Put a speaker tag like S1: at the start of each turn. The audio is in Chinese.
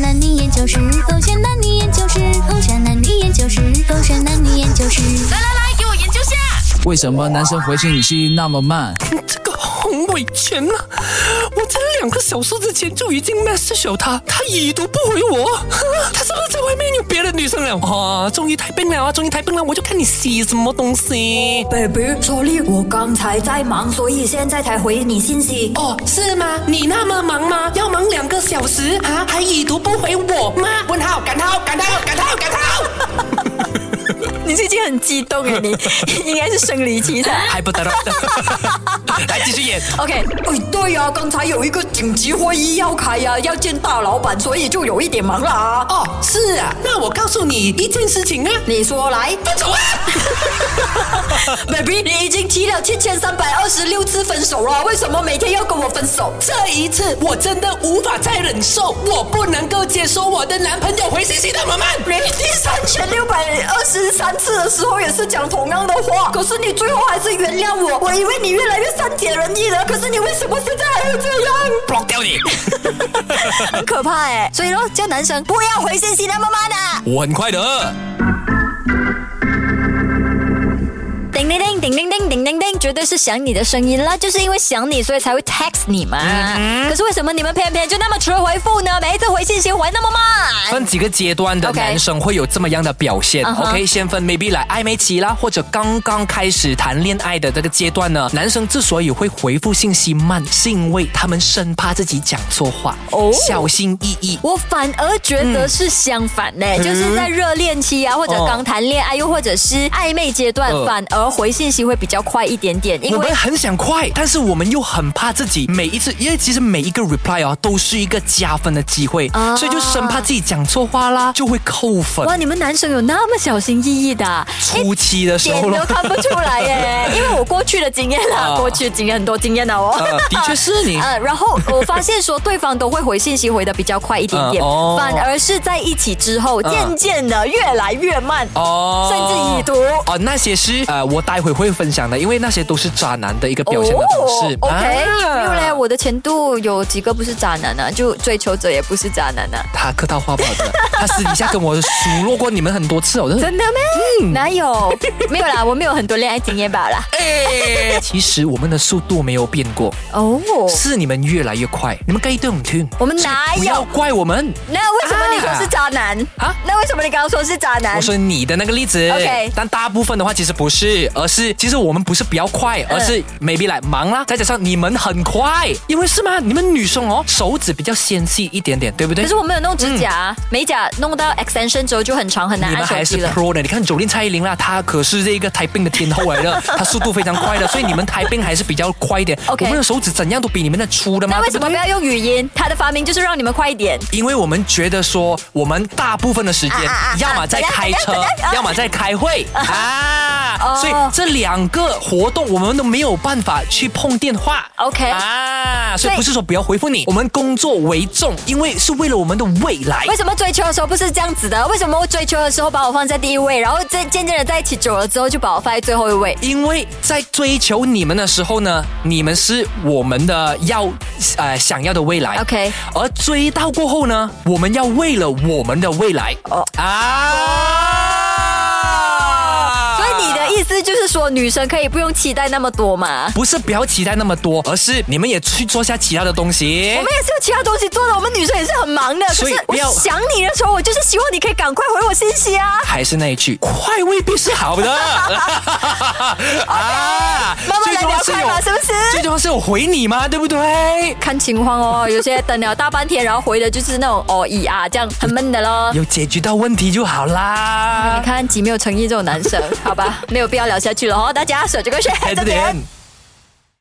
S1: 男女研究室，狗血男女研究室，狗血男女研究室，狗血男女研究室。
S2: 来来来，给我研究下。
S3: 为什么男生回信息那么慢？
S4: 这个洪伟全呐、啊我在两个小时之前就已经 message 了他，他已读不回我， 哼他是不是在外面有别的女生了？啊，终于太笨了啊，终于太笨了，我就看你洗什么东西。
S5: baby sorry，我刚才在忙，所以现在才回你信息。
S4: 哦，是吗？你那么忙吗？要忙两个小时啊，还已读不回我吗？问号，感叹号，感叹号，感叹号，感叹号。
S6: 你最近很激动 哎，你应该是生理期才。
S4: 还不得了， 来继续演。
S6: OK，
S5: 哎，对呀、刚才有一个紧急会议要开呀、要见大老板，所以就有一点忙了啊。
S4: 哦，是啊，那我告诉你一件事情啊，
S5: 你说来
S4: 分手啊！
S5: ，baby，你已经提了七千三百二十六次分手了，为什么每天要跟我分手？
S4: 这一次我真的无法再忍受，我不能够接受我的男朋友回信息那么慢。
S5: 你第三千六百二十三次的时候也是讲同样的话，可是你最后还是原谅我。我以为你越来越善解人意了，可是你为什么现在还会这样？
S4: block 掉你！
S6: 很 可怕哎，所以咯，叫男生不要回信息那么慢啊。
S4: 我很快的。
S6: 叮叮叮叮叮叮叮叮叮，绝对是想你的声音啦，就是因为想你，所以才会 text 你嘛。可是为什么你们偏偏就那么迟回复呢？每一次回信息回那么慢。
S4: 分几个阶段的
S6: OK
S4: 男生会有这么样的表现。
S6: 嗯哼
S4: OK，先分 maybe 来暧昧期啦，或者刚刚开始谈恋爱的这个阶段呢，男生之所以会回复信息慢，是因为他们生怕自己讲错话，
S6: 哦
S4: 小心翼翼。
S6: 我反而觉
S4: 嗯
S6: 得是相反呢、就是在热恋期啊，或者
S4: 哦
S6: 刚谈恋爱，又或者是暧昧阶段，
S4: 呃
S6: 反而回信息会比较快一点点，因
S4: 我
S6: 为
S4: 们很想快，但是我们又很怕自己每一次，因为其实每一个 reply 啊都是一个加分的机会，
S6: 啊
S4: 所以就生怕自己讲错话啦，就会扣分。
S6: 哇，你们男生有那么小心翼翼的啊、一
S4: 初期的时
S6: 点
S4: 候
S6: 都
S4: 咯。
S6: 看不出 来耶，因为我过去的经验啦，
S4: 啊
S6: 过去的经验很多经验了哦。
S4: 呃，的确是你，
S6: 呃，然后我发现说对方都会回信息回的比较快一点点，
S4: 嗯哦
S6: 反而是在一起之后，
S4: 嗯
S6: 渐渐的越来越慢，
S4: 哦
S6: 呃甚至已读。
S4: 哦，那些是呃，我待会会分享的，因为那些都是渣男的一个表现的方式。
S6: o k
S4: 啊
S6: 因为嘞，我的前度有几个不是渣男呢、啊就追求者也不是渣男呢、啊
S4: 他客套话不好的，他私底下跟我数落过你们很多次，我真的。嗯
S6: 真的咩？哪有？ 没有啦，我没有很多恋爱经验罢了。
S4: 哎其实我们的速度没有变过，
S6: 哦、
S4: 是你们越来越快。你们该动听，
S6: 我们哪
S4: 不要
S6: 有？
S4: 怪我们。
S6: 那为什么你说是渣男
S4: 啊
S6: 那为什么你刚刚说是渣男
S4: 我？说你的那个例子
S6: OK
S4: 但大部分的话其实不是，而是其实我们不是比较快，
S6: 嗯
S4: 而是 maybe 来忙啦，再加上你们很快，因为是吗？你们女生哦，手指比较纤细一点点，对不对？
S6: 可是我没有弄指甲，啊美甲弄到 extension 之后就很长，很难
S4: 嗯你
S6: 按
S4: 们
S6: 手
S4: 还
S6: 机
S4: 是
S6: 了。
S4: pro 呢？你看九令蔡依林啦，她可是这个台病的天后来的，她速度非常快的，所以你们台病还是比较快一点。
S6: OK
S4: 我们的手指怎样都比你们的粗的嘛，
S6: 那为
S4: 对不
S6: 什么不
S4: 对？
S6: 要用语音？它的发明就是让你们快一点。
S4: 因为我们觉得说，我们大部分的时间
S6: 啊啊啊啊
S4: 要么在开车
S6: 怎样怎样，啊
S4: 要么在开 会啊
S6: 哦，
S4: 所以这两个活动我们都没有办法去碰电话。
S6: OK
S4: 啊，所
S6: 所以
S4: 以不是说不要回复你，我们工作为重，因为是为了我们的未来
S6: 为。什么追求的时候不是这样子的？为什么我追求的时候把我放在第一位，然后渐渐渐的在一起久了之后就把我放在最后一位？
S4: 因为在追求你们的时候呢，你们是我们的要呃想要的未来。
S6: OK
S4: 而追到过后呢，我们要为了我们的未来。
S6: 哦
S4: 啊！
S6: 所以你的
S4: 思
S6: 意思就是说，女生可以不用期待那么多嘛？
S4: 不是不要期待那么多，而是你们也去做下其他的东西
S6: 我。们也是有其他东西做的，我们女生也是很忙的。可
S4: 所以
S6: 是我
S4: 不要
S6: 想你的时候，我就是希望你可以赶快回我信息啊！
S4: 还是那一句，快未必是好 的。啊
S6: 慢慢来比较快嘛，是不是？
S4: 最重要是有回你嘛，对不对？
S6: 看情况哦，有些等了大半天，然后回的就是那种哦咦啊，这样很闷的 咯。
S4: 有解决到问题就好啦。
S6: 你看极没有诚意这种男生，好吧，没有必要聊下去了哦，大家手这个是
S4: 开着点。